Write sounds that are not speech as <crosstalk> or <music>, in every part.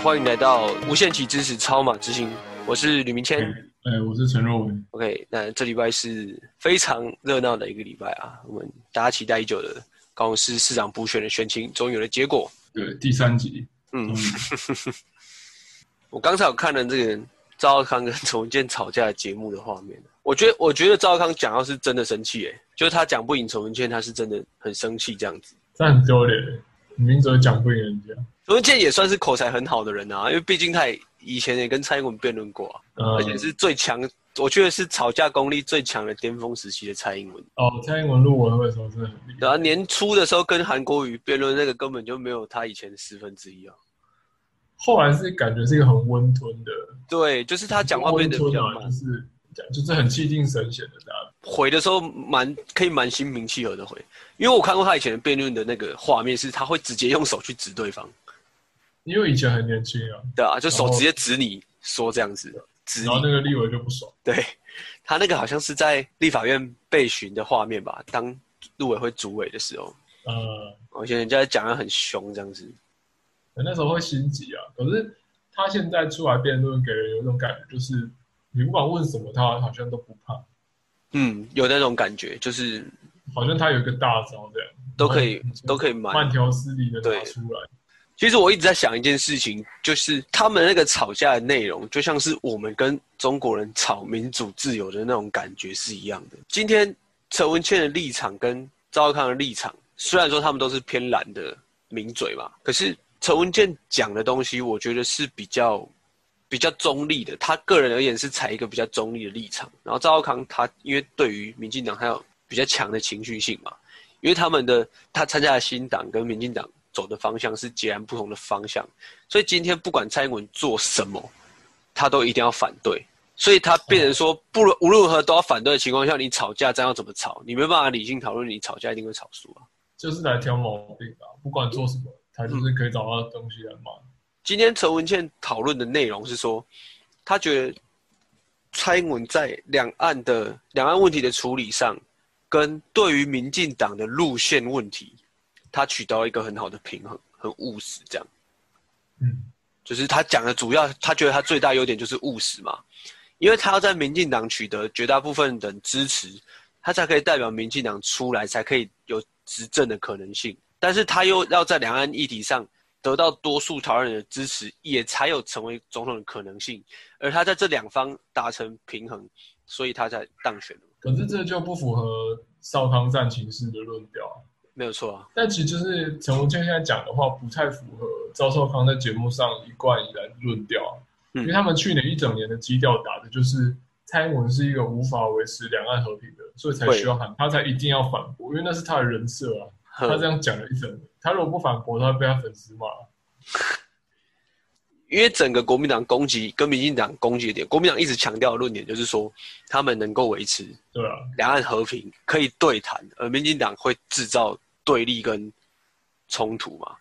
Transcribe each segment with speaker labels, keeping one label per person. Speaker 1: 欢迎来到无限期支持超马之星，我是吕明谦。
Speaker 2: 哎、我是陈若文。
Speaker 1: OK，那这礼拜是非常热闹的一个礼拜啊，我们大家期待已久的高雄市市长补选的选情终于有了结果。
Speaker 2: 对，第三集。
Speaker 1: 嗯
Speaker 2: 嗯，，
Speaker 1: 我刚才有看了这个赵少康跟陈文健吵架的节目的画面，我觉得我觉得赵少康讲到是真的生气，哎，就是他讲不赢陈文健，他是真的很生气这样子。
Speaker 2: 这很丢脸，你明哲讲不赢人家。
Speaker 1: 陈文健也算是口才很好的人啊，因为毕竟他也以前也跟蔡英文辩论过啊、
Speaker 2: 呃
Speaker 1: 而且是最强，我觉得是吵架功力最强的巅峰时期的蔡英文。
Speaker 2: 哦，蔡英文录文会的时候真的很厉害。
Speaker 1: 然后年初的时候跟韩国瑜辩论，那个根本就没有他以前的十分之一啊。
Speaker 2: 后来是感觉是一个很温吞的，
Speaker 1: 对，就是他讲话变
Speaker 2: 温
Speaker 1: 得比
Speaker 2: 吞
Speaker 1: 较
Speaker 2: 啊，
Speaker 1: 慢
Speaker 2: 就，是讲就是很气定神闲的答案。
Speaker 1: 回的时候蛮可以蛮心平气和的回，因为我看过他以前的辩论的那个画面，是他会直接用手去指对方，
Speaker 2: 因为以前很年轻啊，
Speaker 1: 对啊，就手
Speaker 2: 然后
Speaker 1: 直接指你说这样子，指你
Speaker 2: 然后。那个立委就不爽。
Speaker 1: 对他那个好像是在立法院被询的画面吧，当陆委会主委的时候，
Speaker 2: 呃，
Speaker 1: 而且人家讲的很凶这样子。
Speaker 2: 那时候会心急啊，可是他现在出来辩论，给人有一种感觉就是，你不管问什么，他好像都不怕，
Speaker 1: 嗯，有那种感觉，就是
Speaker 2: 好像他有一个大招这样，
Speaker 1: 都可以
Speaker 2: 嗯
Speaker 1: 都可以瞒。
Speaker 2: 慢条斯理的
Speaker 1: 对
Speaker 2: 拿出来。
Speaker 1: 其实我一直在想一件事情，就是他们那个吵架的内容，就像是我们跟中国人吵民主自由的那种感觉是一样的。今天陈文茜的立场跟赵少康的立场，虽然说他们都是偏蓝的名嘴嘛，可是陈文茜讲的东西，我觉得是比较比较中立的。他个人而言是采一个比较中立的立场，然后赵少康他因为对于民进党他有比较强的情绪性嘛，因为他们的他参加的新党跟民进党走的方向是截然不同的方向，所以今天不管蔡英文做什么，他都一定要反对。所以他变成说，不论无论如何都要反对的情况下，你吵架这样要怎么吵？你没办法理性讨论，你吵架一定会吵输啊。
Speaker 2: 就是来挑毛病的、啊不管做什么，他就是可以找到东西来骂。
Speaker 1: 今天陈文茜讨论的内容是说，她觉得蔡英文在两岸的两岸问题的处理上，跟对于民进党的路线问题，她取到一个很好的平衡，很务实。这样
Speaker 2: 嗯，
Speaker 1: 就是她讲的主要，她觉得她最大优点就是务实嘛，因为她要在民进党取得绝大部分人支持，她才可以代表民进党出来，才可以有执政的可能性。但是她又要在两岸议题上得到多数台湾人的支持，也才有成为总统的可能性。而他在这两方达成平衡，所以他才当选了，
Speaker 2: 可是这就不符合少康战情势的论调啊、
Speaker 1: 没有错啊。
Speaker 2: 但其实就是陈文健现在讲的话，不太符合赵少康在节目上一贯以来的论调啊、
Speaker 1: 嗯
Speaker 2: 因为他们去年一整年的基调打的就是蔡英文是一个无法维持两岸和平的，所以才需要喊他才一定要反驳，因为那是他的人设啊。他这
Speaker 1: 呵
Speaker 2: 样讲了一整年，他如果不反驳，他会被他粉丝骂。啊
Speaker 1: 因为整个国民党攻击跟民进党攻击的点，国民党一直强调的论点就是说，他们能够维持
Speaker 2: 对啊，
Speaker 1: 两岸和平，可以对谈，而民进党会制造对立跟冲突嘛，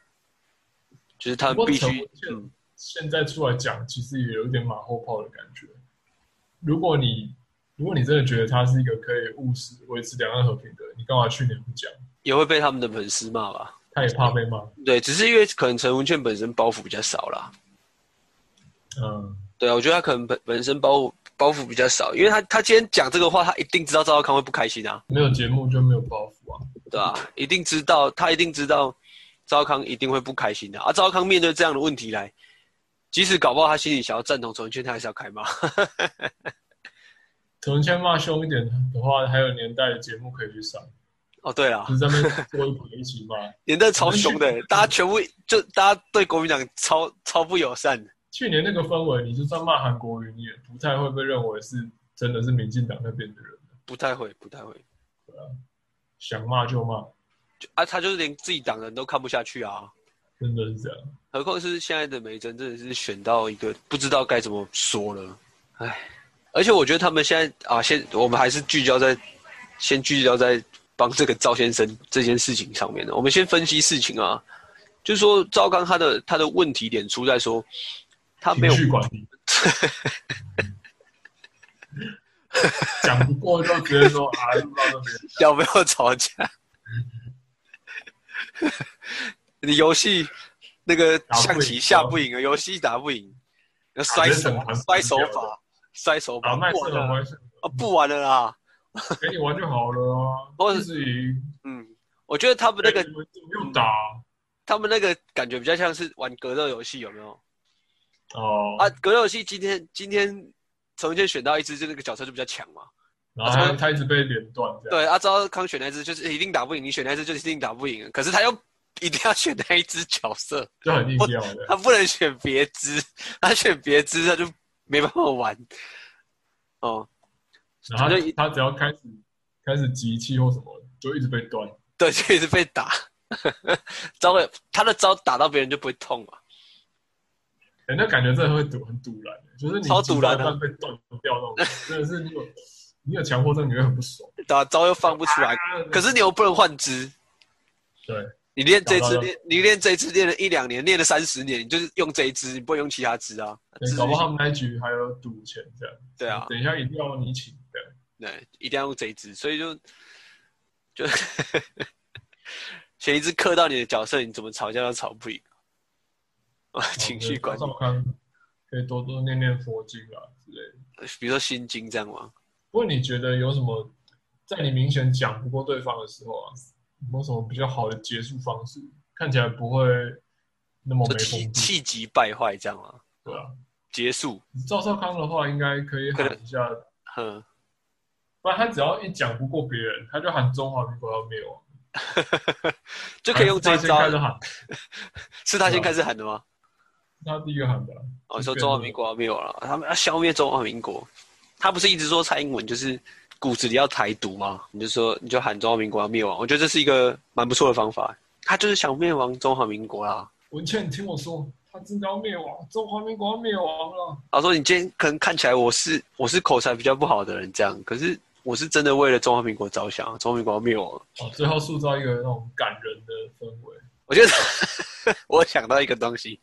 Speaker 1: 就是他们
Speaker 2: 不过
Speaker 1: 必
Speaker 2: 陈
Speaker 1: 须
Speaker 2: 文健
Speaker 1: 嗯
Speaker 2: 现在出来讲，其实也有点马后炮的感觉。如果你如果你真的觉得他是一个可以务实维持两岸和平的人，你干嘛去年不讲？
Speaker 1: 也会被他们的粉丝骂吧。
Speaker 2: 他也怕被骂。
Speaker 1: 对，只是因为可能陈文茜本身包袱比较少啦，
Speaker 2: 嗯，
Speaker 1: 对啊，我觉得他可能本本身包袱包袱比较少，因为他他今天讲这个话，他一定知道赵少康会不开心啊，
Speaker 2: 没有节目就没有包袱啊。
Speaker 1: 对吧、一定知道，他一定知道赵少康一定会不开心的啊。赵少康面对这样的问题来，即使搞不好他心里想要赞同陈文茜，他还是要开骂。
Speaker 2: 陈文谦骂凶一点的话，还有年代的节目可以去上，
Speaker 1: 哦，对了
Speaker 2: 就，是在那边坐一排一起骂。 <laughs>
Speaker 1: 年代超凶的，大家全部就大家对国民党超超不友善的。
Speaker 2: 去年那个氛围，你就算骂韩国瑜，你也不太会被认为是真的是民进党那边的人，
Speaker 1: 不太会，不太会
Speaker 2: 想骂就骂，
Speaker 1: 就啊，他就是连自己党人都看不下去啊。
Speaker 2: 真的是这样。
Speaker 1: 何况是现在的梅珍真的是选到一个不知道该怎么说了，唉，而且我觉得他们现在啊，先我们还是聚焦在先聚焦在帮这个赵先生这件事情上面的。我们先分析事情啊，就是说赵刚他的他的问题点出在说他没
Speaker 2: 情
Speaker 1: 有
Speaker 2: 绪管理。 <laughs> 讲不过就直接说啊，录到这边。
Speaker 1: 要 <laughs> 不要吵架？你游戏那个
Speaker 2: 打不赢哦
Speaker 1: 象棋下不赢啊，游戏打不赢，要
Speaker 2: 啊
Speaker 1: 摔
Speaker 2: 人
Speaker 1: 手
Speaker 2: 很难
Speaker 1: 摔手
Speaker 2: 掉
Speaker 1: 法，摔手
Speaker 2: 打
Speaker 1: 法，
Speaker 2: 麦
Speaker 1: 不
Speaker 2: 克
Speaker 1: 玩
Speaker 2: 很
Speaker 1: 了
Speaker 2: 关系，
Speaker 1: 啊，不玩了啦。
Speaker 2: 给你玩就好了啊，
Speaker 1: 或者
Speaker 2: 不至于
Speaker 1: 嗯，我觉得他们那个
Speaker 2: 哎你们怎么又打
Speaker 1: 他们那个感觉比较像是玩格斗游戏，有没有？
Speaker 2: 哦
Speaker 1: 啊，格斗游戏今天今天陈文茜选到一只，就那个角色就比较强嘛。
Speaker 2: 然后他他一直被连断这样，
Speaker 1: 对，阿昭康选那只就是欸一定打不赢，你选那只就是一定打不赢，可是他又一定要选那一只角色，
Speaker 2: 就很硬要
Speaker 1: <laughs>
Speaker 2: 的。
Speaker 1: 他不能选别只，他选别只他就没办法玩。哦，
Speaker 2: 然后
Speaker 1: 就
Speaker 2: 他他只要开始开始集气或什么，就一直被断。
Speaker 1: 对，就一直被打，招会他的招打到别人就不会痛嘛。
Speaker 2: 哎、那感觉真的会堵，很堵然，就是你
Speaker 1: 超堵然的
Speaker 2: 但被断掉那种，真的是你有你有强迫症，你会很不爽。
Speaker 1: 打招又放不出来，
Speaker 2: 啊
Speaker 1: 可是你又不能换只，
Speaker 2: 对，
Speaker 1: 你练这
Speaker 2: 找
Speaker 1: 只
Speaker 2: 到了
Speaker 1: 练，你练这只练了一两年，练了三十年，你就是用这一只，你不会用其他只啊。
Speaker 2: 对搞不好他们那一局还有赌钱这样。
Speaker 1: 对啊，
Speaker 2: 等一下一定要你请的，
Speaker 1: 对，一定要用这一只，所以就就选一只克到你的角色，你怎么吵架都吵不赢啊！ <laughs> 情绪管理
Speaker 2: 赵，少康可以多多念念佛经啊之类的。
Speaker 1: 比如说心经这样吗？
Speaker 2: 不过你觉得有什么，在你明显讲不过对方的时候啊，有没有什么比较好的结束方式？看起来不会那么
Speaker 1: 说
Speaker 2: 没
Speaker 1: 气
Speaker 2: 风度，
Speaker 1: 气急败坏这样吗？
Speaker 2: 对啊。
Speaker 1: 结束，
Speaker 2: 赵少康的话应该可以喊一下，
Speaker 1: 哼，
Speaker 2: 不然他只要一讲不过别人，他就喊中华民国要灭亡，
Speaker 1: 就可以用这一招
Speaker 2: 啊他先开。始啊喊，
Speaker 1: 是他先开始喊的吗？
Speaker 2: 他第一个喊的啊，
Speaker 1: 哦，
Speaker 2: 就
Speaker 1: 说
Speaker 2: 变
Speaker 1: 中华
Speaker 2: 成
Speaker 1: 民国要灭亡了，他们要消灭中华民国。他不是一直说蔡英文就是骨子里要台独吗？你就说你就喊中华民国要灭亡，我觉得这是一个蛮不错的方法。他就是想灭亡中华民国啊啦。
Speaker 2: 文倩，你听我说，他真的要灭亡，中华民国要灭亡了。
Speaker 1: 他哦说：“你今天可能看起来我是我是口才比较不好的人，这样，可是我是真的为了中华民国着想，中华民国要灭亡。
Speaker 2: 哦，最后塑造一个那种感人的氛围。
Speaker 1: 我觉得 <laughs> 我想到一个东西，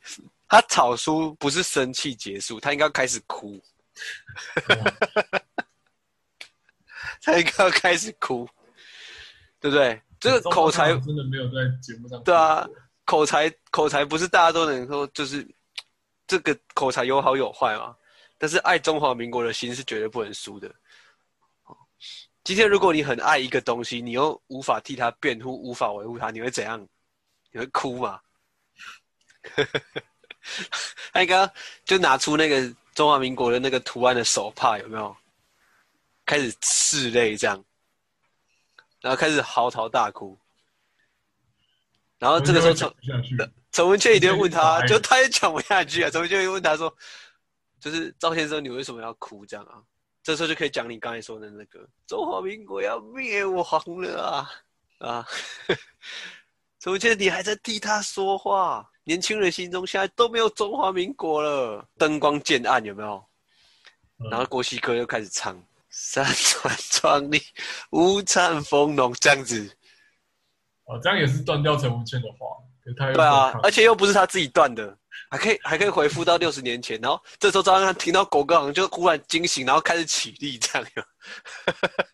Speaker 1: 他草书不是生气结束，他应该要开始哭， <laughs> 他应该要开始哭，对不对？这个
Speaker 2: 赵少康
Speaker 1: 口才，
Speaker 2: 真的没有在节目上。
Speaker 1: 对啊，口才，口才不是大家都能够，就是这个口才有好有坏嘛。但是爱中华民国的心是绝对不能输的。今天如果你很爱一个东西，你又无法替他辩护，无法维护他，你会怎样？你会哭嘛？ <laughs> 他应该就拿出那个中华民国的那个图案的手帕，有没有？开始拭泪这样，然后开始嚎啕大哭。然后这个时候
Speaker 2: 讲
Speaker 1: 从
Speaker 2: 不下去，
Speaker 1: 陈文茜一定会问他，
Speaker 2: 陈文茜
Speaker 1: 就他也讲不下去啊。陈文茜会问他说：“就是赵先生，你为什么要哭这样啊？”这时候就可以讲你刚才说的那个中华民国要灭亡了啊啊！ <laughs> 陈文茜，你还在替他说话？年轻人心中现在都没有中华民国了。灯光渐暗，有没有？
Speaker 2: 嗯
Speaker 1: 然后郭熙哥又开始唱“山川壮丽，五彩丰浓”这样子。
Speaker 2: 哦，这样也是断掉陈文茜的话，可是他又
Speaker 1: <laughs> 对啊
Speaker 2: <laughs> 说，他
Speaker 1: 而且又不是他自己断的，还可以还可以回复到六十年前。然后这时候张翰听到狗哥好像就忽然惊醒，然后开始起立这样，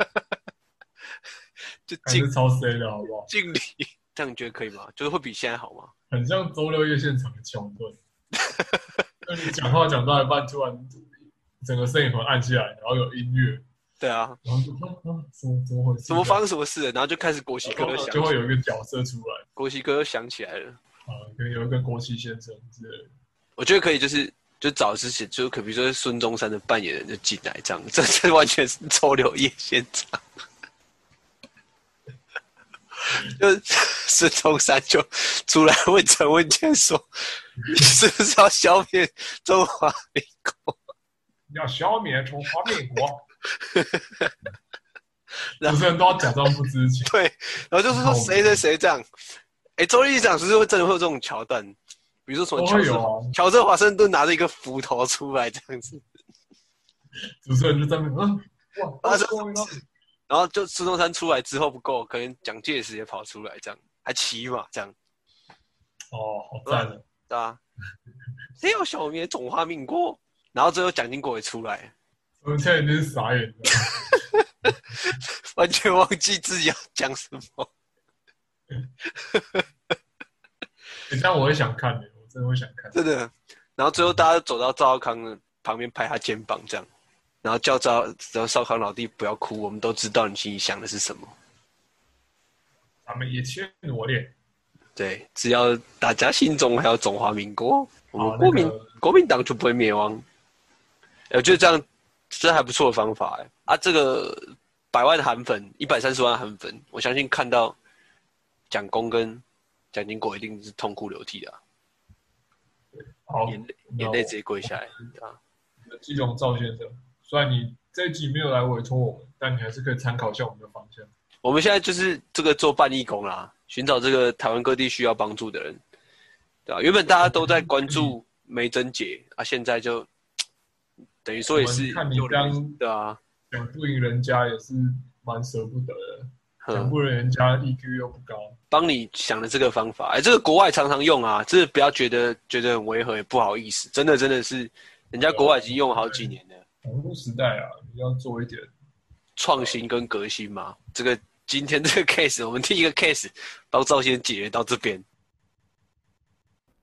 Speaker 1: <laughs> 就
Speaker 2: 还
Speaker 1: 敬
Speaker 2: 是超 C 的好不好？
Speaker 1: 敬礼，这样你觉得可以吗？就是会比现在好吗？
Speaker 2: 很像周六夜现场的桥
Speaker 1: <laughs>
Speaker 2: 段，就你讲话讲到一半，突然整个摄影棚按下来，然后有音乐，
Speaker 1: 对啊，
Speaker 2: 然后就啊啊，怎么怎么回事？
Speaker 1: 怎么发生什么事了？然后就开始国旗
Speaker 2: 然
Speaker 1: 歌
Speaker 2: 后
Speaker 1: 又
Speaker 2: 就
Speaker 1: 响，
Speaker 2: 会有一个角色出来
Speaker 1: 国旗歌又响起来了。
Speaker 2: 啊，可能有一个国旗先生之类的。
Speaker 1: 我觉得可以，就是就找之前，就可比如说孙中山的扮演人就进来这样，这这完全是周六夜现场。就孙中山就出来问陈文茜说：“你是不是要消灭中华民国
Speaker 2: 要消灭中华民国，
Speaker 1: 然
Speaker 2: 主持人都要假装不知
Speaker 1: <laughs>
Speaker 2: 情？”。
Speaker 1: 对，然后就是说谁谁谁这样。哎，周立长是不是会真的会有这种桥段？比如说什么
Speaker 2: 都
Speaker 1: 乔
Speaker 2: 会
Speaker 1: 治、
Speaker 2: 有啊
Speaker 1: 乔治华盛顿拿着一个斧头出来这样子，
Speaker 2: 主持人就在那边，嗯，哇，
Speaker 1: 发
Speaker 2: 发
Speaker 1: 生
Speaker 2: 生
Speaker 1: 什
Speaker 2: 了
Speaker 1: 么然后就孙中山出来之后不够，可能蒋介石也跑出来，这样还骑马这样，
Speaker 2: 哦，好赞啊！
Speaker 1: 对啊，谁要消灭中华民国？然后最后蒋经国也出来，
Speaker 2: 我们现在已经是傻眼了。
Speaker 1: 完全忘记自己要讲什么。
Speaker 2: 欸、但我会想看的、我
Speaker 3: 真的会想看。
Speaker 4: 真的。然后最后大家走到赵少康的旁边拍他肩膀这样，然后叫赵赵少康老弟不要哭，我们都知道你心里想的是什么。
Speaker 3: 他们也欠我练。
Speaker 4: 对，只要大家心中还有中华民国，我
Speaker 3: 好
Speaker 4: 们
Speaker 3: 那
Speaker 4: 国民、
Speaker 3: 个
Speaker 4: 国民党就不会灭亡。哎我觉得这样这还不错的方法哎啊！这个百万韩粉，一百三十万韩粉，我相信看到蒋公跟蒋经国一定是痛哭流涕的啊、
Speaker 3: 好，
Speaker 4: 眼泪
Speaker 3: 那
Speaker 4: 眼
Speaker 3: 我
Speaker 4: 泪直接跪下来啊！
Speaker 3: 基隆赵先生，虽然你这一集没有来委托我们，但你还是可以参考一下我们的方向。
Speaker 4: 我们现在就是这个做办义工啦，寻找这个台湾各地需要帮助的人，对吧、啊原本大家都在关
Speaker 3: <laughs>
Speaker 4: 注梅珍姐啊，现在就等于说也是
Speaker 3: 我们看你
Speaker 4: 有人
Speaker 3: 当
Speaker 4: 对啊，
Speaker 3: 讲不赢人家也是蛮舍不得的，讲
Speaker 4: 嗯，
Speaker 3: 不赢人家 EQ 又不高，
Speaker 4: 帮你想的这个方法，哎，这个国外常常用啊，这个不要觉得觉得很违和，也不好意思，真的真的是，人家国外已经用了好几年了，
Speaker 3: 网络时代啊，你要做一点
Speaker 4: 创新跟革新嘛。这个今天这个 case，我们第一个 case 帮赵先解决到这边。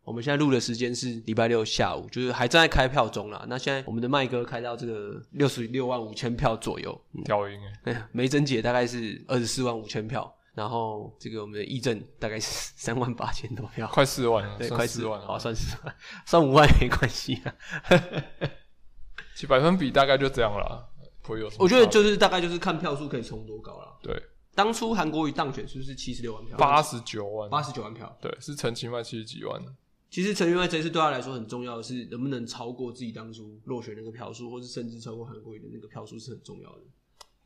Speaker 4: 我们现在录的时间是礼拜六下午，就是还正在开票中啦。那现在我们的麦哥开到这个六十六万五千票左右，
Speaker 1: 嗯
Speaker 3: 调音
Speaker 2: 欸
Speaker 3: 哎，
Speaker 4: 哎呀，梅珍姐大概是二十四万五千票，然后这个我们的议政大概是 <laughs> 三万八千多票，
Speaker 3: 快四万了
Speaker 4: 对，快四
Speaker 2: 啊
Speaker 4: 好，算四万， <laughs> 算五万没关系啊。
Speaker 3: 其实百分比大概就这样了，不会有什
Speaker 1: 我觉得就是大概就是看票数可以冲多高了。
Speaker 3: 对
Speaker 1: 当初韩国瑜当选是不是七十六万票？
Speaker 3: 十九万
Speaker 1: 嗯八十九万票。
Speaker 3: 对，是陈其迈七十几万的，
Speaker 1: 其实陈云外这一次对他来说很重要的是，能不能超过自己当初落选那个票数，或是甚至超过韩国瑜的那个票数是很重要的。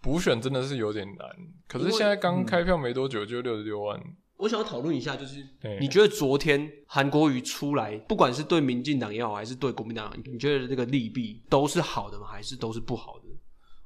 Speaker 2: 补选真的是有点难，可
Speaker 1: 因
Speaker 2: 是
Speaker 1: 为
Speaker 2: 现在刚开票没多久就六十六万，
Speaker 1: 我想要讨论一下，就是
Speaker 2: 对
Speaker 1: 你觉得昨天韩国瑜出来，不管是对民进党也好，还是对国民党，你觉得这个利弊都是好的吗？还是都是不好的？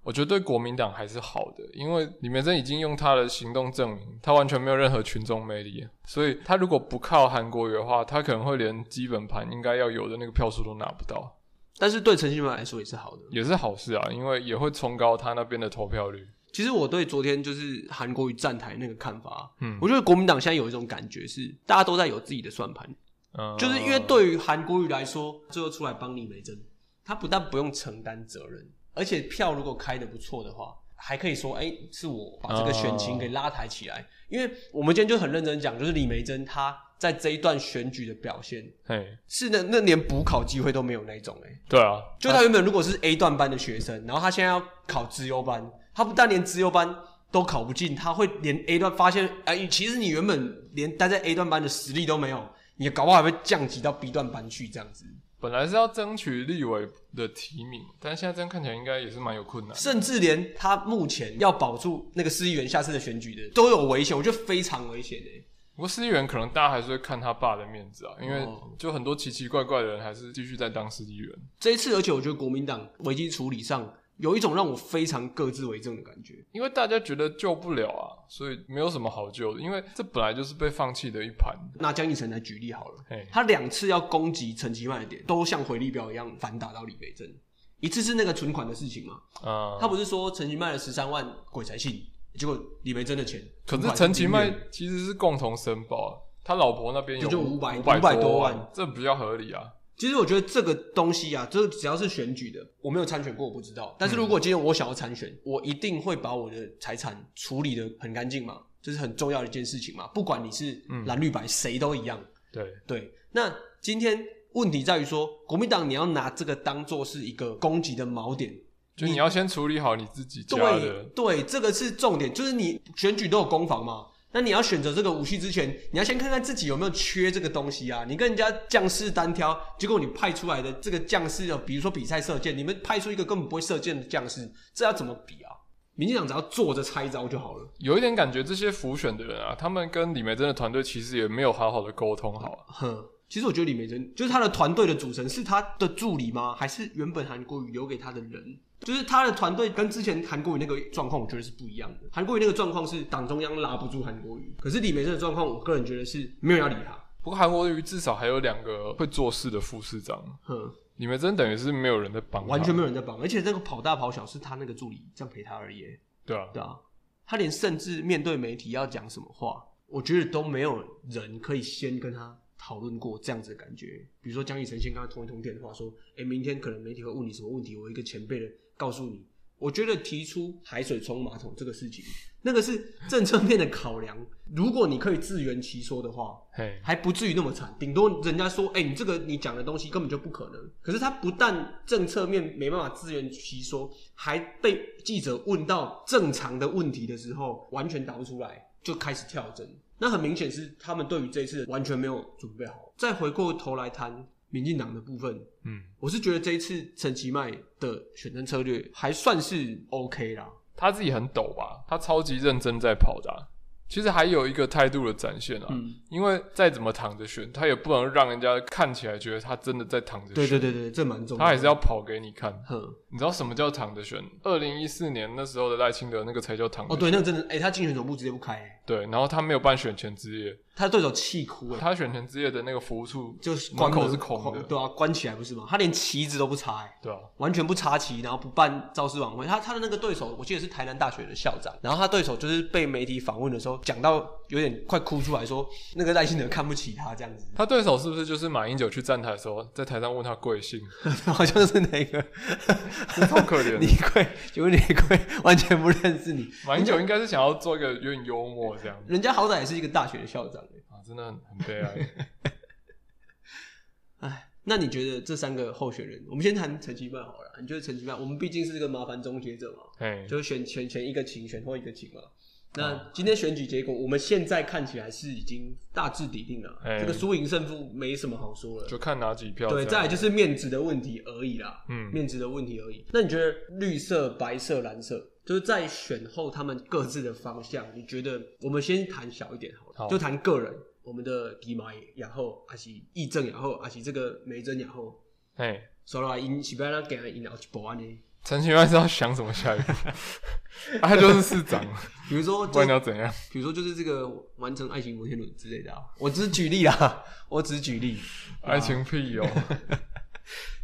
Speaker 2: 我觉得对国民党还是好的，因为李明珍已经用他的行动证明，他完全没有任何群众魅力，所以他如果不靠韩国瑜的话，他可能会连基本盘应该要有的那个票数都拿不到，
Speaker 1: 但是对陈新文来说也是好的。
Speaker 2: 也是好事啊，因为也会冲高他那边的投票率。
Speaker 1: 其实我对昨天就是韩国瑜站台那个看法啊、
Speaker 2: 嗯
Speaker 1: 我觉得国民党现在有一种感觉是，大家都在有自己的算盘，
Speaker 2: 嗯，
Speaker 1: 就是因为对于韩国瑜来说，最后出来帮李梅珍，他不但不用承担责任，而且票如果开的不错的话，还可以说，哎、是我把这个选情给拉抬起来。因为我们今天就很认真讲，就是李梅珍她在这一段选举的表现
Speaker 2: 嘿，
Speaker 1: 是那那连补考机会都没有那一种、哎，
Speaker 2: 对啊，
Speaker 1: 就他原本如果是 A 段班的学生，然后他现在要考资优班，他不但连资优班都考不进，他会连 A 段发现，哎、其实你原本连待在 A 段班的实力都没有，你搞不好还被降级到 B 段班去这样子，
Speaker 2: 本来是要争取立委的提名，但现在这样看起来应该也是蛮有困难的。
Speaker 1: 甚至连他目前要保住那个市议员下次的选举的都有危险，我觉得非常危险欸诶、
Speaker 2: 不过司议员可能大家还是会看他爸的面子啊，因为
Speaker 1: 哦
Speaker 2: 就很多奇奇怪怪的人还是继续在当司议员。
Speaker 1: 这一次，而且我觉得国民党危机处理上有一种让我非常各自为政的感觉。
Speaker 2: 因为大家觉得救不了啊，所以没有什么好救的，因为这本来就是被放弃的一盘。
Speaker 1: 拿江一成来举例好了，
Speaker 2: 嘿，
Speaker 1: 他两次要攻击陈其迈的点，都像回力镖一样反打到李梅珍。一次是那个存款的事情嘛，
Speaker 2: 啊、
Speaker 1: 他不是说陈其迈了十三万鬼才信，结果李梅珍的钱，
Speaker 2: 可
Speaker 1: 存
Speaker 2: 是
Speaker 1: 款
Speaker 2: 陈其迈
Speaker 1: 零元
Speaker 2: 其实是共同申报啊，他老婆那边有
Speaker 1: 这就500
Speaker 2: 500
Speaker 1: 500多
Speaker 2: 多
Speaker 1: 万，
Speaker 2: 这比较合理啊。
Speaker 1: 其实我觉得这个东西啊，就是只要是选举的，我没有参选过，我不知
Speaker 2: 嗯
Speaker 1: 道。但是如果今天我想要参选，我一定会把我的财产处理的很干净嘛，这是很重要的一件事情嘛。不管你是
Speaker 2: 嗯
Speaker 1: 蓝绿白，谁都一样。
Speaker 2: 对，
Speaker 1: 对，那今天问题在于说，国民党你要拿这个当做是一个攻击的锚点，
Speaker 2: 就你要先处理好你自己家
Speaker 1: 对
Speaker 2: 的，
Speaker 1: 对，这个是重点，就是你选举都有攻防嘛。那你要选择这个武器之前，你要先看看自己有没有缺这个东西啊。你跟人家将士单挑，结果你派出来的这个将士，比如说比赛射箭，你们派出一个根本不会射箭的将士，这要怎么比啊？民进党只要坐着拆招就好了，
Speaker 2: 有一点感觉，这些浮选的人啊，他们跟李梅珍的团队其实也没有好好的沟通好啊。
Speaker 1: 哼。其实我觉得李梅珍就是他的团队的组成是他的助理吗？还是原本韩国瑜留给他的人？就是他的团队跟之前韩国瑜那个状况，我觉得是不一样的。韩国瑜那个状况是党中央拉不住韩国瑜，可是李梅珍的状况，我个人觉得是没有人要理他。
Speaker 2: 不过韩国瑜至少还有两个会做事的副市长，
Speaker 1: 哼，
Speaker 2: 李梅珍等于是没有人在帮他，
Speaker 1: 完全没有人在帮，而且那个跑大跑小是他那个助理这样陪他而已，
Speaker 2: 对啊。
Speaker 1: 对啊，他连甚至面对媒体要讲什么话，我觉得都没有人可以先跟他讨论过这样子的感觉。比如说江以晨先跟他通一通电话，说：“哎、明天可能媒体会问你什么问题，我一个前辈的告诉你。”我觉得提出海水冲马桶这个事情，那个是政策面的考量。如果你可以自圆其说的话，
Speaker 2: 嘿，
Speaker 1: 还不至于那么惨，顶多人家说，哎、你这个你讲的东西根本就不可能。可是他不但政策面没办法自圆其说，还被记者问到正常的问题的时候，完全答不出来，就开始跳针。那很明显是他们对于这一次完全没有准备好。再回过头来谈民进党的部分，
Speaker 2: 嗯，
Speaker 1: 我是觉得这一次陈其迈的选战策略还算是 OK 啦。
Speaker 2: 他自己很抖吧，他超级认真在跑的啊、其实还有一个态度的展现啊，
Speaker 1: 嗯，
Speaker 2: 因为再怎么躺着选，他也不能让人家看起来觉得他真的在躺着选，
Speaker 1: 啊对对对对，这蛮重要的。
Speaker 2: 他还是要跑给你看。
Speaker 1: 哼。
Speaker 2: 你知道什么叫躺着选？二零一四年那时候的赖清德那个才叫躺
Speaker 1: 哦，
Speaker 2: 着选。
Speaker 1: 对，那个真的，哎、他竞选总部直接不开、哎
Speaker 2: 对，然后他没有办选前之夜，
Speaker 1: 他对手气哭、哎。
Speaker 2: 他选前之夜的那个服务处
Speaker 1: 就是
Speaker 2: 门
Speaker 1: 关
Speaker 2: 口
Speaker 1: 了
Speaker 2: 是空的，
Speaker 1: 对啊，关起来不是吗？他连旗子都不插、欸，
Speaker 2: 对啊，
Speaker 1: 完全不插旗，然后不办造势晚会。他他的那个对手，我记得是台南大学的校长，然后他对手就是被媒体访问的时候讲到有点快哭出来说，那个赖幸德看不起他这样子， <laughs>
Speaker 2: 他对手是不是就是马英九去站台的时候，在台上问他贵姓？
Speaker 1: 好像是那
Speaker 2: <laughs>
Speaker 1: 个
Speaker 2: 这超可怜的
Speaker 1: 李逵，结果李逵完全不认识你，
Speaker 2: 马英九应该是想要做一个有点幽默这样
Speaker 1: 人家好歹也是一个大学的校长、欸，
Speaker 2: 啊，真的很很悲哀。
Speaker 1: 哎，那你觉得这三个候选人，我们先谈陈其迈好了，你觉得陈其迈，我们毕竟是这个麻烦终结者嘛，
Speaker 2: 哎，
Speaker 1: 就是选选前一个情，选后一个情嘛。
Speaker 2: 哦
Speaker 1: 那今天选举结果，我们现在看起来是已经大致底定了，
Speaker 2: 哎
Speaker 1: 这个输赢胜负没什么好说
Speaker 2: 就
Speaker 1: 了。
Speaker 2: 看哪几票这
Speaker 1: 对，
Speaker 2: 样。
Speaker 1: 再来就是面子的问题而已啦，
Speaker 2: 嗯
Speaker 1: 面子的问题而已。那你觉得绿色、白色、蓝色，就是在选后他们各自的方向，你觉得我们先谈小一点好了，
Speaker 2: 好
Speaker 1: 就谈个人，我们的迪马然后阿西议政然后阿西这个梅珍然后，
Speaker 2: 哎，
Speaker 1: 说了因是不要让给他赢后去保安呢？
Speaker 2: 陈其迈是要想什么下一步？ <laughs> 啊他就是市长，
Speaker 1: 比如说就
Speaker 2: 不然你要怎样？
Speaker 1: 比如说就是这个完成爱情摩天轮之类的啊，我只是举例啦， <laughs> 我只是举例。
Speaker 2: 爱情屁哦。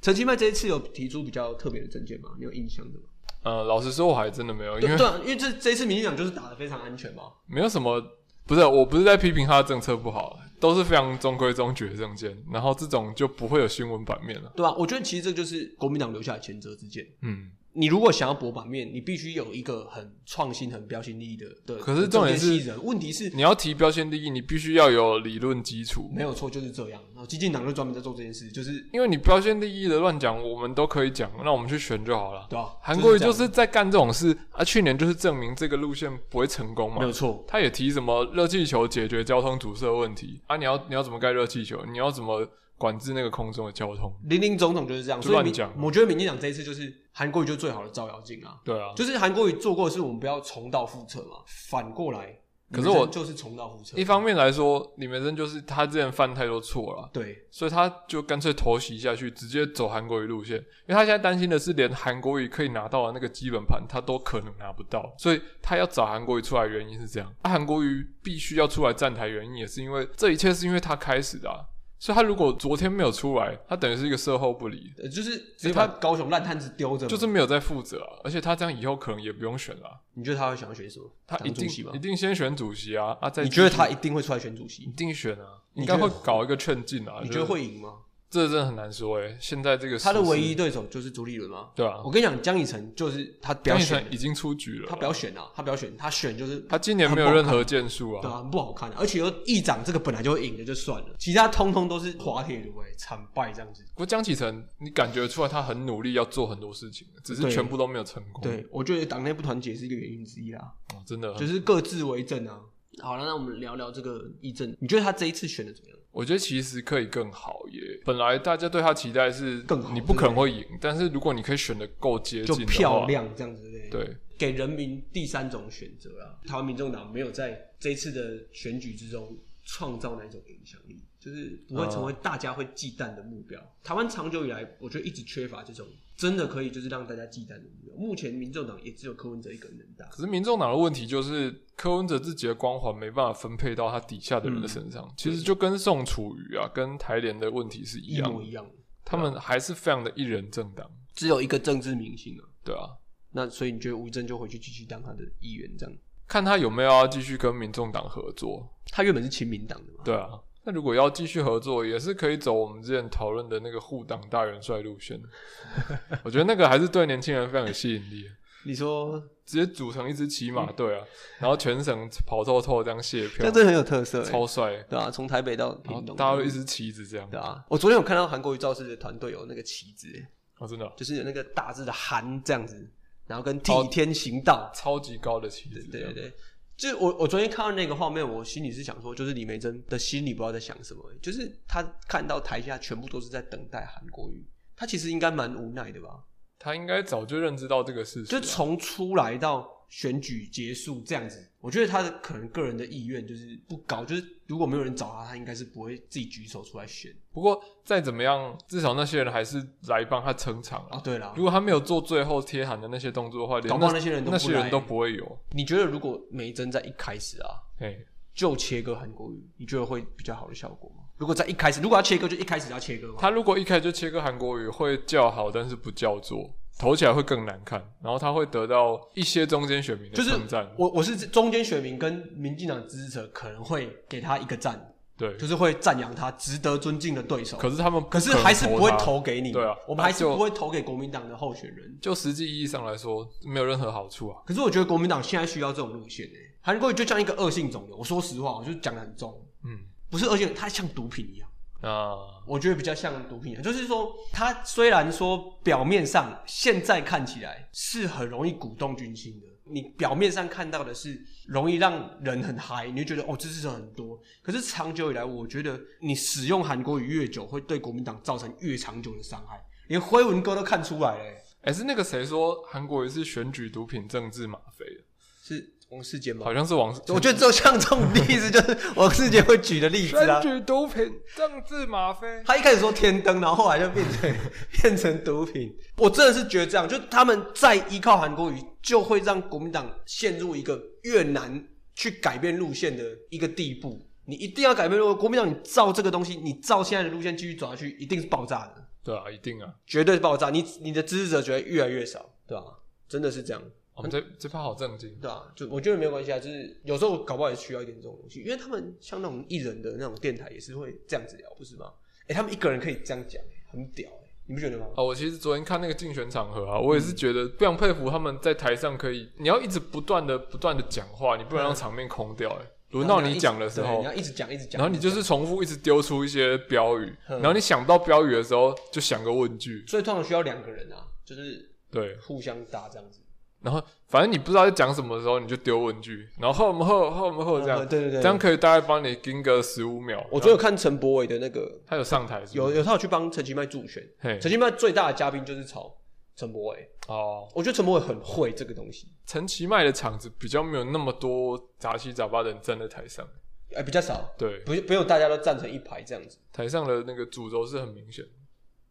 Speaker 1: 陈其迈这一次有提出比较特别的证件吗？你有印象的吗？
Speaker 2: 呃，老实说，我还真的没有，因
Speaker 1: 对
Speaker 2: 为
Speaker 1: 对啊，因为这这一次民进党就是打得非常安全嘛。
Speaker 2: 没有什么，不是，我不是在批评他的政策不好，都是非常中规中矩的证件，然后这种就不会有新闻版面了。
Speaker 1: 对啊，我觉得其实这就是国民党留下的前车之鉴。
Speaker 2: 嗯，
Speaker 1: 你如果想要博版面，你必须有一个很创新、很标新立异的的。
Speaker 2: 可是重点是
Speaker 1: 的吸引人，问题是
Speaker 2: 你要提标签利益，你必须要有理论基础，
Speaker 1: 没有错，就是这样。然后激进党就专门在做这件事，就是
Speaker 2: 因为你标签利益的乱讲，我们都可以讲，那我们去选就好了。
Speaker 1: 对啊，
Speaker 2: 韩国瑜就
Speaker 1: 这
Speaker 2: 是在干这种事啊，去年就是证明这个路线不会成功
Speaker 1: 样没有
Speaker 2: 嘛。
Speaker 1: 错，
Speaker 2: 他也提什么热气球解决交通阻塞问题啊，你要你要怎么盖热气球，你要怎么管制那个空中的交通？
Speaker 1: 林林总总就是这样。
Speaker 2: 就
Speaker 1: 所以
Speaker 2: 乱
Speaker 1: 民
Speaker 2: 讲，
Speaker 1: 我觉得民进党这一次就是韩国瑜就是最好的照妖镜啊。
Speaker 2: 对啊，
Speaker 1: 就是韩国瑜做过的事，我们不要重蹈覆辙嘛。反过来，
Speaker 2: 可是
Speaker 1: 女
Speaker 2: 我
Speaker 1: 生就是重蹈覆辙。
Speaker 2: 一方面来说，李梅珍就是他之前犯太多错了，
Speaker 1: 对
Speaker 2: 所以他就干脆偷袭下去，直接走韩国瑜路线。因为他现在担心的是，连韩国瑜可以拿到的那个基本盘，他都可能拿不到，所以他要找韩国瑜出来，的原因是这样。啊韩、国瑜必须要出来站台，原因也是因为这一切是因为他开始的、啊。所以他如果昨天没有出来，他等于是一个售后不理，
Speaker 1: 呃，就是直接把高雄烂摊子丢着嘛。
Speaker 2: 就是没有在负责啊。而且他这样以后可能也不用选了啊、
Speaker 1: 你觉得他会想要选什么？
Speaker 2: 他一
Speaker 1: 党主
Speaker 2: 定
Speaker 1: 席吗
Speaker 2: 一？定先选主席啊啊！再
Speaker 1: 你觉得
Speaker 2: 继续
Speaker 1: 他一定会出来选主席
Speaker 2: 一？定选啊？
Speaker 1: 你
Speaker 2: 应该
Speaker 1: 觉
Speaker 2: 会
Speaker 1: 得
Speaker 2: 搞一个劝进啊？
Speaker 1: 你觉
Speaker 2: 就
Speaker 1: 得
Speaker 2: 是
Speaker 1: 会赢吗？
Speaker 2: 这真的很难说诶、现在这个
Speaker 1: 他的
Speaker 2: 时势
Speaker 1: 唯一对手就是朱立伦吗？
Speaker 2: 对啊
Speaker 1: 我，跟你讲，江以晨就是他不要
Speaker 2: 江以
Speaker 1: 选
Speaker 2: 晨，已经出局了，
Speaker 1: 他不要选啊，他不要选，他选就是
Speaker 2: 他今年没有任何建树
Speaker 1: 对
Speaker 2: 啊，
Speaker 1: 啊，很不好看、而且又议长这个本来就会赢的就算了，其他通通都是滑铁卢哎，惨败这样子。
Speaker 2: 不过江启程，你感觉出来他很努力要做很多事情，只是
Speaker 1: 对
Speaker 2: 全部都没有成功。
Speaker 1: 对，我觉得党内不团结是一个原因之一啦。
Speaker 2: 哦，真的，
Speaker 1: 就是各自为政啊。好了，那我们聊聊这个议政，你觉得他这一次选的怎么样？
Speaker 2: 我觉得其实可以更好耶。本来大家对他期待是
Speaker 1: 更好
Speaker 2: 你不可能会赢，但是如果你可以选的够接
Speaker 1: 就
Speaker 2: 近的话，
Speaker 1: 漂亮这样子，对不对？
Speaker 2: 对，
Speaker 1: 给人民第三种选择啊。台湾民众党没有在这一次的选举之中创造那种影响力，就是不会成为大家会忌惮的目标。台湾长久以来，我觉得一直缺乏这种真的可以就是让大家忌惮的目标。目前民众党也只有柯文哲一个人能打。
Speaker 2: 可是民众党的问题就是柯文哲自己的光环没办法分配到他底下的人
Speaker 1: 嗯
Speaker 2: 的身上，其实就跟宋楚瑜啊、跟台联的问题是一
Speaker 1: 一
Speaker 2: 样
Speaker 1: 模
Speaker 2: 的，
Speaker 1: 一样，
Speaker 2: 他们还是非常的一人政党，
Speaker 1: 只有一个政治明星啊。
Speaker 2: 对啊。
Speaker 1: 那所以你觉得吴征就回去继续当他的议员这样？
Speaker 2: 看他有没有要继续跟民众党合作。
Speaker 1: 他原本是亲民党的嘛？
Speaker 2: 对啊，那如果要继续合作，也是可以走我们之前讨论的那个护党大元帅路线。 <laughs> 我觉得那个还是对年轻人非常有吸引力，
Speaker 1: 你说
Speaker 2: 直接组成一支骑马队啊，然后全省跑透透这样卸
Speaker 1: 嗯这
Speaker 2: 票
Speaker 1: 样，真的很有特色、欸，
Speaker 2: 啊超帅。
Speaker 1: 对啊，从台北到
Speaker 2: 然后
Speaker 1: 屏东，
Speaker 2: 大家都一直旗子这样
Speaker 1: 对，啊。我昨天有看到韩国瑜造势的团队有那个旗子欸，
Speaker 2: 哦，真的哦
Speaker 1: 就是有那个大字的“韩”这样子，然后跟替天行道，
Speaker 2: 超级高的旗子，
Speaker 1: 对对，对。就是我我昨天看到那个画面，我心里是想说，就是李梅珍的心里不知道在想什么、欸就是她看到台下全部都是在等待韩国瑜，她其实应该蛮无奈的吧？
Speaker 2: 他应该早就认知到这个事实
Speaker 1: 就
Speaker 2: 啊，
Speaker 1: 从出来到选举结束这样子，我觉得他的可能个人的意愿就是不高，就是如果没有人找他，他应该是不会自己举手出来选。
Speaker 2: 不过再怎么样，至少那些人还是来帮他撑场
Speaker 1: 哦，
Speaker 2: 啊。
Speaker 1: 对了
Speaker 2: 如，果他没有做最后贴喊的那些动作的话，连
Speaker 1: 搞不好那些人都
Speaker 2: 那
Speaker 1: 不
Speaker 2: 些
Speaker 1: 来
Speaker 2: 人都不会有。
Speaker 1: 你觉得如果梅珍在一开始啊
Speaker 2: 哎，
Speaker 1: 就切割韩国瑜，你觉得会比较好的效果吗？如果在一开始，如果要切割，就一开始要切 <laughs> 割吗？
Speaker 2: 他如果一开始就切割韩国语，会叫好，但是不叫座，投起来会更难看。然后他会得到一些中间选民的
Speaker 1: 就是
Speaker 2: 称赞，
Speaker 1: 我我是中间选民跟民进党支持者可能会给他一个赞，
Speaker 2: 对。
Speaker 1: 就是会赞扬他值得尊敬的对手。
Speaker 2: 可是他们
Speaker 1: 可是
Speaker 2: 能
Speaker 1: 还是不会
Speaker 2: 他
Speaker 1: 投给你，
Speaker 2: 对啊
Speaker 1: 我们还是
Speaker 2: 就
Speaker 1: 不会投给国民党的候选人。
Speaker 2: 就实际意义上来说，没有任何好处啊。
Speaker 1: 可是我觉得国民党现在需要这种路线诶、欸韩国瑜就像一个恶性肿瘤。我说实话，我就讲的很重，
Speaker 2: 嗯，
Speaker 1: 不是恶性，它像毒品一样。
Speaker 2: 那
Speaker 1: 我觉得比较像毒品一样，就是说，它虽然说表面上现在看起来是很容易鼓动军心的，你表面上看到的是容易让人很嗨，你就觉得哦支持者很多。可是长久以来，我觉得你使用韩国瑜越久，会对国民党造成越长久的伤害，连辉文哥都看出来了欸、
Speaker 2: 哎、是那个谁说韩国也是选举毒品政治吗啡的？
Speaker 1: 是王世杰吗
Speaker 2: 好？像是王，
Speaker 1: 我觉得就像这种例子，就是王世杰会举的例子啊
Speaker 2: 选。举毒品政治吗啡。
Speaker 1: 他一开始说天灯，然后后来就变成 <laughs> 变成毒品。我真的是觉得这样，就他们再依靠韩国瑜，就会让国民党陷入一个越难去改变路线的一个地步。你一定要改变路，国民党你照这个东西，你照现在的路线继续走下去，一定是爆炸的，
Speaker 2: 对啊，一定啊。
Speaker 1: 绝对爆炸。你你的支持者觉得越来越少，对吧、真的是这样。
Speaker 2: 我们这这趴好正经。
Speaker 1: 对啊，就我觉得没有关系啊，就是有时候搞不好也需要一点这种东西，因为他们像那种艺人的那种电台也是会这样子聊，不是吗？哎、他们一个人可以这样讲、很屌、欸，你不觉得吗？
Speaker 2: 啊，我其实昨天看那个竞选场合啊，我也是
Speaker 1: 嗯
Speaker 2: 觉得非常佩服他们在台上可以，你要一直不断的不断的讲话，你不能让场面空掉、欸。轮到你讲的时
Speaker 1: 对
Speaker 2: 候
Speaker 1: 嗯你要，一直讲一直讲，
Speaker 2: 然后你就
Speaker 1: 一直
Speaker 2: 是重复一直丢出一些标语，
Speaker 1: 嗯
Speaker 2: 然后你想不到标语的时候就想个问句
Speaker 1: 讲，，所以通常需要两个人啊，就是
Speaker 2: 对，
Speaker 1: 互相搭这样子，
Speaker 2: 然后反正你不知道在讲什么的时候你就丢问句，然后后后后后后这样
Speaker 1: 嗯，对对对，
Speaker 2: 这样可以大概帮你盯个十五秒。
Speaker 1: 我昨天有看陈柏伟的那个，
Speaker 2: 他有上台是不
Speaker 1: 有
Speaker 2: 是，
Speaker 1: 有他有去帮陈其迈助选，
Speaker 2: 嘿
Speaker 1: 陈其迈最大的嘉宾就是曹陈柏伟，
Speaker 2: 哦，
Speaker 1: 我觉得陈柏伟很会这个东西，
Speaker 2: 陈其迈的场子比较没有那么多杂七杂八的人站在台上，
Speaker 1: 哎、比较少，
Speaker 2: 对，
Speaker 1: 不不用大家都站成一排这样子。
Speaker 2: 台上的那个主轴是很明显的。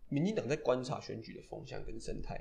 Speaker 1: 民进党在观察选举的风向跟生态，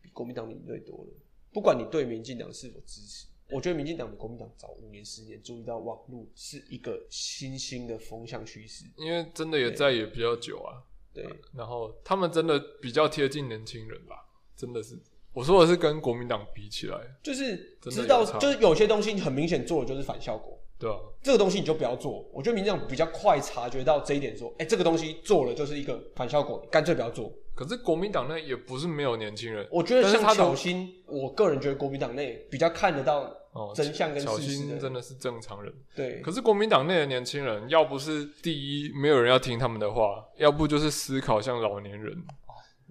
Speaker 1: 比国民党领队多了。不管你对民进党是否支持，我觉得民进党比国民党早五年、十年注意到网络是一个新兴的风向趋势。
Speaker 2: 因为真的也在也比较久啊，
Speaker 1: 对，
Speaker 2: 然后他们真的比较贴近年轻人吧，真的是。我说的是跟国民党比起来，
Speaker 1: 就是
Speaker 2: 真的
Speaker 1: 知道
Speaker 2: 有，差
Speaker 1: 就是有些东西很明显做的就是反效果，
Speaker 2: 对吧、啊
Speaker 1: 这个东西你就不要做。我觉得民进党比较快察觉到这一点，说，哎、这个东西做了就是一个反效果，干脆不要做。
Speaker 2: 可是国民党内也不是没有年轻人，
Speaker 1: 我觉得
Speaker 2: 但是
Speaker 1: 像
Speaker 2: 他的
Speaker 1: 巧心，我个人觉得国民党内比较看得到
Speaker 2: 哦，
Speaker 1: 真相跟
Speaker 2: 小
Speaker 1: 事实
Speaker 2: 新
Speaker 1: 的，
Speaker 2: 真的是正常人。
Speaker 1: 对
Speaker 2: 可是国民党内的年轻人，要不是第一没有人要听他们的话，要不就是思考像老年人。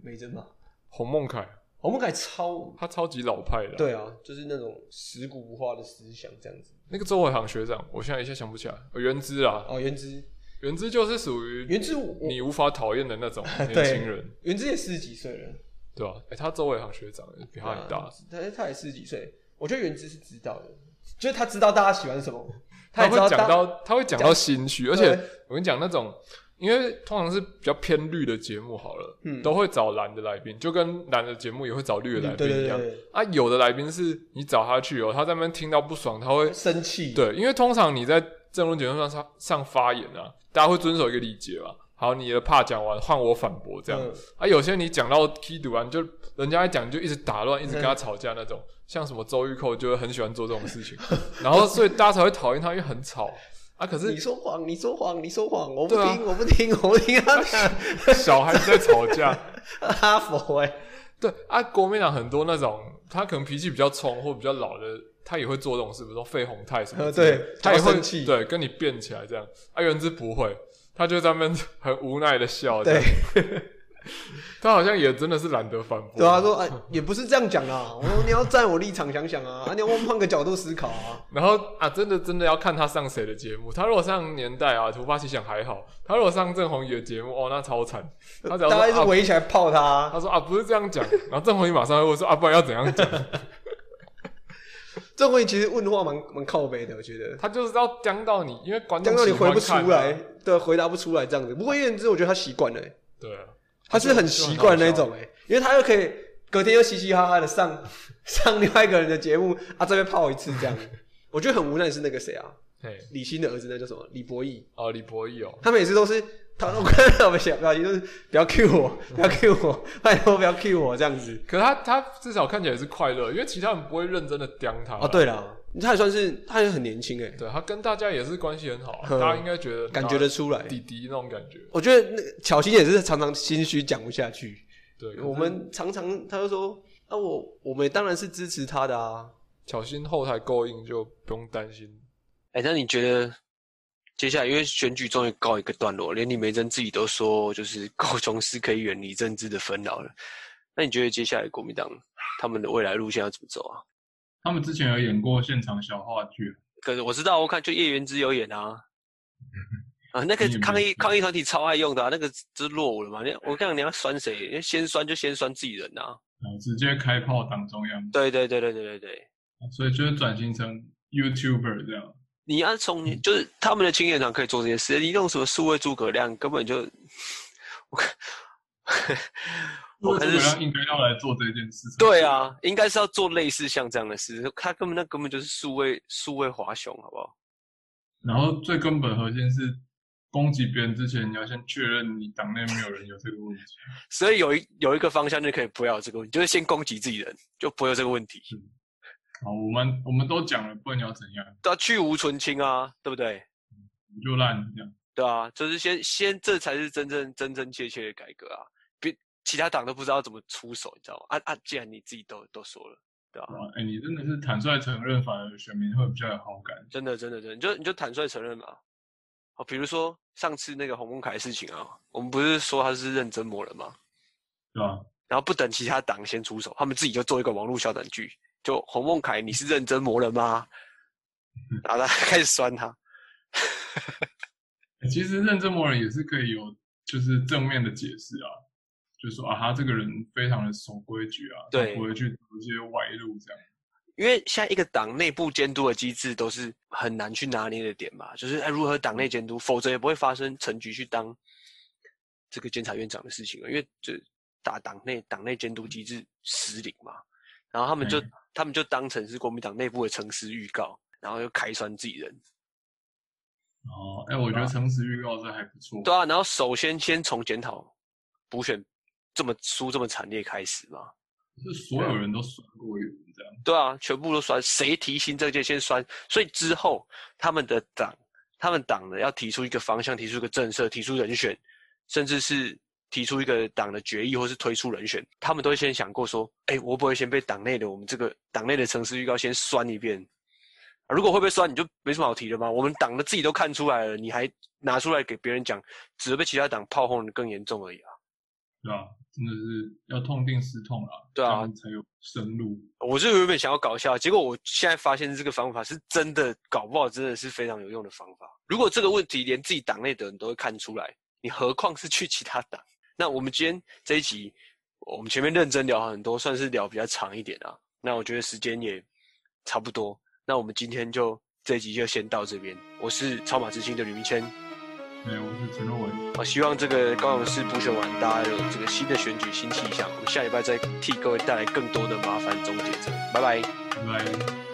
Speaker 1: 没真嘛。
Speaker 2: 洪孟凯
Speaker 1: 我们改超
Speaker 2: 他超级老派的啊、
Speaker 1: 对啊，就是那种死骨不化的思想这样子。
Speaker 2: 那个周伟航学长，我现在一下想不起来。呃原之啊，
Speaker 1: 哦，原之，
Speaker 2: 原之就是属于
Speaker 1: 原之我
Speaker 2: 你无法讨厌的那 <laughs> 种年轻人，
Speaker 1: 原之也四十几岁了，
Speaker 2: 对嗯吧、哎、他周伟航学长比他还大，
Speaker 1: 对啊他他也四十几岁，我觉得原之是知道的，就是他知道大家喜欢什么，也
Speaker 2: 他
Speaker 1: 知
Speaker 2: 会
Speaker 1: 道
Speaker 2: 讲
Speaker 1: 大
Speaker 2: 到，他会讲到心虚，而
Speaker 1: 对
Speaker 2: 且我跟你讲，那种因为通常是比较偏绿的节目好了，
Speaker 1: 嗯
Speaker 2: 都会找蓝的来宾，就跟蓝的节目也会找绿的来
Speaker 1: 对
Speaker 2: 宾
Speaker 1: 对
Speaker 2: 一样。
Speaker 1: 对对
Speaker 2: 啊，有的来宾是你找他去哦，他在那边听到不爽，他会
Speaker 1: 生气，
Speaker 2: 对，因为通常你在政论节目上上上发言啊，大家会遵守一个礼节嘛。好，你的怕讲完，换我反驳这样。
Speaker 1: 嗯
Speaker 2: 啊，有些你讲到 key 读完，就人家一讲你就一直打乱，一直跟他吵架那种。像什么周玉蔻就会很喜欢做这种事情，然后所以大家才会讨厌他，因为很吵。啊，可
Speaker 5: 你
Speaker 2: 是
Speaker 5: 说谎，你说谎，你说谎，我不
Speaker 2: 对啊
Speaker 5: 听，我不听，我不听啊！
Speaker 2: 小孩子在吵架，
Speaker 5: 哈佛哎，
Speaker 2: 对啊，国民党很多那种他可能脾气比较冲或比较老的，他也会做这种事，比如说费宏泰什么之类
Speaker 5: 呃
Speaker 2: 的，
Speaker 5: 对
Speaker 2: 他也
Speaker 5: 他
Speaker 2: 会
Speaker 5: 生气
Speaker 2: 对跟你辩起来这样。啊，原之不会，他就在那边 <laughs> 很无奈的笑，
Speaker 5: 对，
Speaker 2: 他好像也真的是懒得反驳。
Speaker 5: 对啊，他说哎，也不是这样讲啦。我说你要站我立场想想啊，啊你要换个角度思考啊。
Speaker 2: 然后啊，真的真的要看他上谁的节目。他如果上年代啊，突发奇想还好；他如果上郑宏宇的节目，哦，那超惨。他只要
Speaker 5: 大家一直
Speaker 2: 说啊，
Speaker 5: 围起来泡他啊。
Speaker 2: 他说啊，不是这样讲，然后郑宏宇马上会问说啊，不然要怎样讲？
Speaker 5: 这回其实问话蛮蛮靠背的，我觉得。
Speaker 2: 他就是要将到你，因为观
Speaker 5: 讲
Speaker 2: 众
Speaker 5: 到你
Speaker 2: 喜欢
Speaker 5: 回不出
Speaker 2: 看啊
Speaker 5: 来，对，回答不出来这样子。不过叶之，我觉得他习惯了、欸
Speaker 2: 对啊，
Speaker 5: 他是很习惯那种哎、欸因为他又可以隔天又嘻嘻哈哈的上 <laughs> 上另外一个人的节目啊，这边泡一次这样。我觉得很无奈是那个谁啊，
Speaker 2: 嘿，
Speaker 5: 李欣的儿子那叫什么李博义，
Speaker 2: 哦，李博义哦，
Speaker 5: 他每次都是 <laughs> 他我看到我们小表情就是不要 Q 我，不要 Q 我，拜托不要 Q 我这样子。
Speaker 2: 可他他至少看起来是快乐，因为其他人不会认真的刁他啦。
Speaker 5: 哦，对了，他也算是他也很年轻哎、欸
Speaker 2: 对，他跟大家也是关系很好啊，
Speaker 5: 嗯
Speaker 2: 大家应该觉得
Speaker 5: 感觉得出来。
Speaker 2: 弟弟那种感觉。
Speaker 5: 我觉得那个巧心也是常常心虚讲不下去。
Speaker 2: 对，可是
Speaker 5: 我
Speaker 1: 嗯
Speaker 5: 们常常他就说，那、我我们当然是支持他的啊。
Speaker 2: 巧心后台够硬就不用担心。
Speaker 1: 哎，那你觉得接下来因为选举终于告一个段落，连李梅珍自己都说，就是高雄是可以远离政治的纷扰了。那你觉得接下来国民党他们的未来路线要怎么走啊？
Speaker 6: 他们之前有演过现场小话剧，
Speaker 1: 可是我知道，我看就叶元之有演
Speaker 6: <laughs>
Speaker 1: 啊，啊，那个
Speaker 6: 叶元之
Speaker 1: 抗议抗议团体超爱用的、啊，那个就是落伍了嘛。你我看你要酸谁，先酸就先酸自己人呐、啊。
Speaker 6: 然呃后直接开炮党中央，
Speaker 1: 对对对对对对对，
Speaker 6: 所以就是转型成 YouTuber 这样。
Speaker 1: 你要从就是他们的青年团可以做这些事，你用什么数位诸葛亮根本就，我看我看
Speaker 6: 诸葛
Speaker 1: 是
Speaker 6: 亮应该要来做这件事情。
Speaker 1: 对，啊，应该是要做类似像这样的事，他根本那根本就是数位数位滑熊，好不好？
Speaker 6: 然后最根本核心是攻击别人之前，你要先确认你党内没有人有这个问题。 <laughs>
Speaker 1: 所以有一有一个方向就可以不要有这个问题，就是先攻击自己人，就不会有这个问题。
Speaker 6: 好，我们我们都讲了，不然你要怎样？
Speaker 1: 对啊，去无存清啊，对不对？
Speaker 6: 你就烂这样。
Speaker 1: 对啊，就是先先这才是真正真真切切的改革啊！别其他党都不知道怎么出手，你知道吗？啊啊，既然你自己都都说了，对吧、
Speaker 6: 哇哎，你真的是坦率承认，反而选民会比较有好感。
Speaker 1: 真的真的真的，你就你就坦率承认嘛。哦，比如说上次那个洪孟凯的事情啊，我们不是说他是认真魔人吗？
Speaker 6: 对吧？
Speaker 1: 然后不等其他党先出手，他们自己就做一个网络小短剧，就洪孟凯，你是认真魔人吗？然后他 <laughs> 开始酸他，
Speaker 6: 欸其实认真魔人也是可以有，就是正面的解释啊，就是说啊，他这个人非常的守规矩啊，他
Speaker 1: 对
Speaker 6: 不会去走一些歪路这样。
Speaker 1: 因为现在一个党内部监督的机制都是很难去拿捏的点嘛，就是哎如何党内监督，否则也不会发生陈局去当这个监察院长的事情了，因为这打党内党内监督机制失灵嘛，然后他们就、
Speaker 6: 嗯
Speaker 1: 他们就当成是国民党内部的诚实预告，然后又开酸自己人，
Speaker 6: 哦，哎、我觉得诚实预告这还不错。
Speaker 1: 啊对啊，然后首先先从检讨补选这么输这么惨烈开始嘛，
Speaker 6: 是所有人都酸过一轮这样。
Speaker 1: 对啊，全部都酸，谁提新政界先酸，所以之后他们的党，他们党呢要提出一个方向，提出一个政策，提出人选，甚至是提出一个党的决议，或是推出人选，他们都会先想过说，哎，我会不会先被党内的我们这个党内的城市预告先酸一遍？啊如果会被酸，你就没什么好提的嘛。我们党的自己都看出来了，你还拿出来给别人讲，只会被其他党炮轰的更严重而已啊。
Speaker 6: 对啊，真的是要痛定思痛啦，
Speaker 1: 对啊
Speaker 6: 这样才有生路。
Speaker 1: 我就原本想要搞笑，结果我现在发现这个方法是真的，搞不好真的是非常有用的方法。如果这个问题连自己党内的人都会看出来，你何况是去其他党？那我们今天这一集，我们前面认真聊很多，算是聊比较长一点啊。那我觉得时间也差不多，那我们今天就这一集就先到这边。我是超马之星的吕明谦，
Speaker 6: 没有，我是陈若文。
Speaker 1: 我希望这个高雄市补选完，大家有这个新的选举新气象。我们下礼拜再替各位带来更多的麻烦终结者，拜拜。
Speaker 6: 拜拜。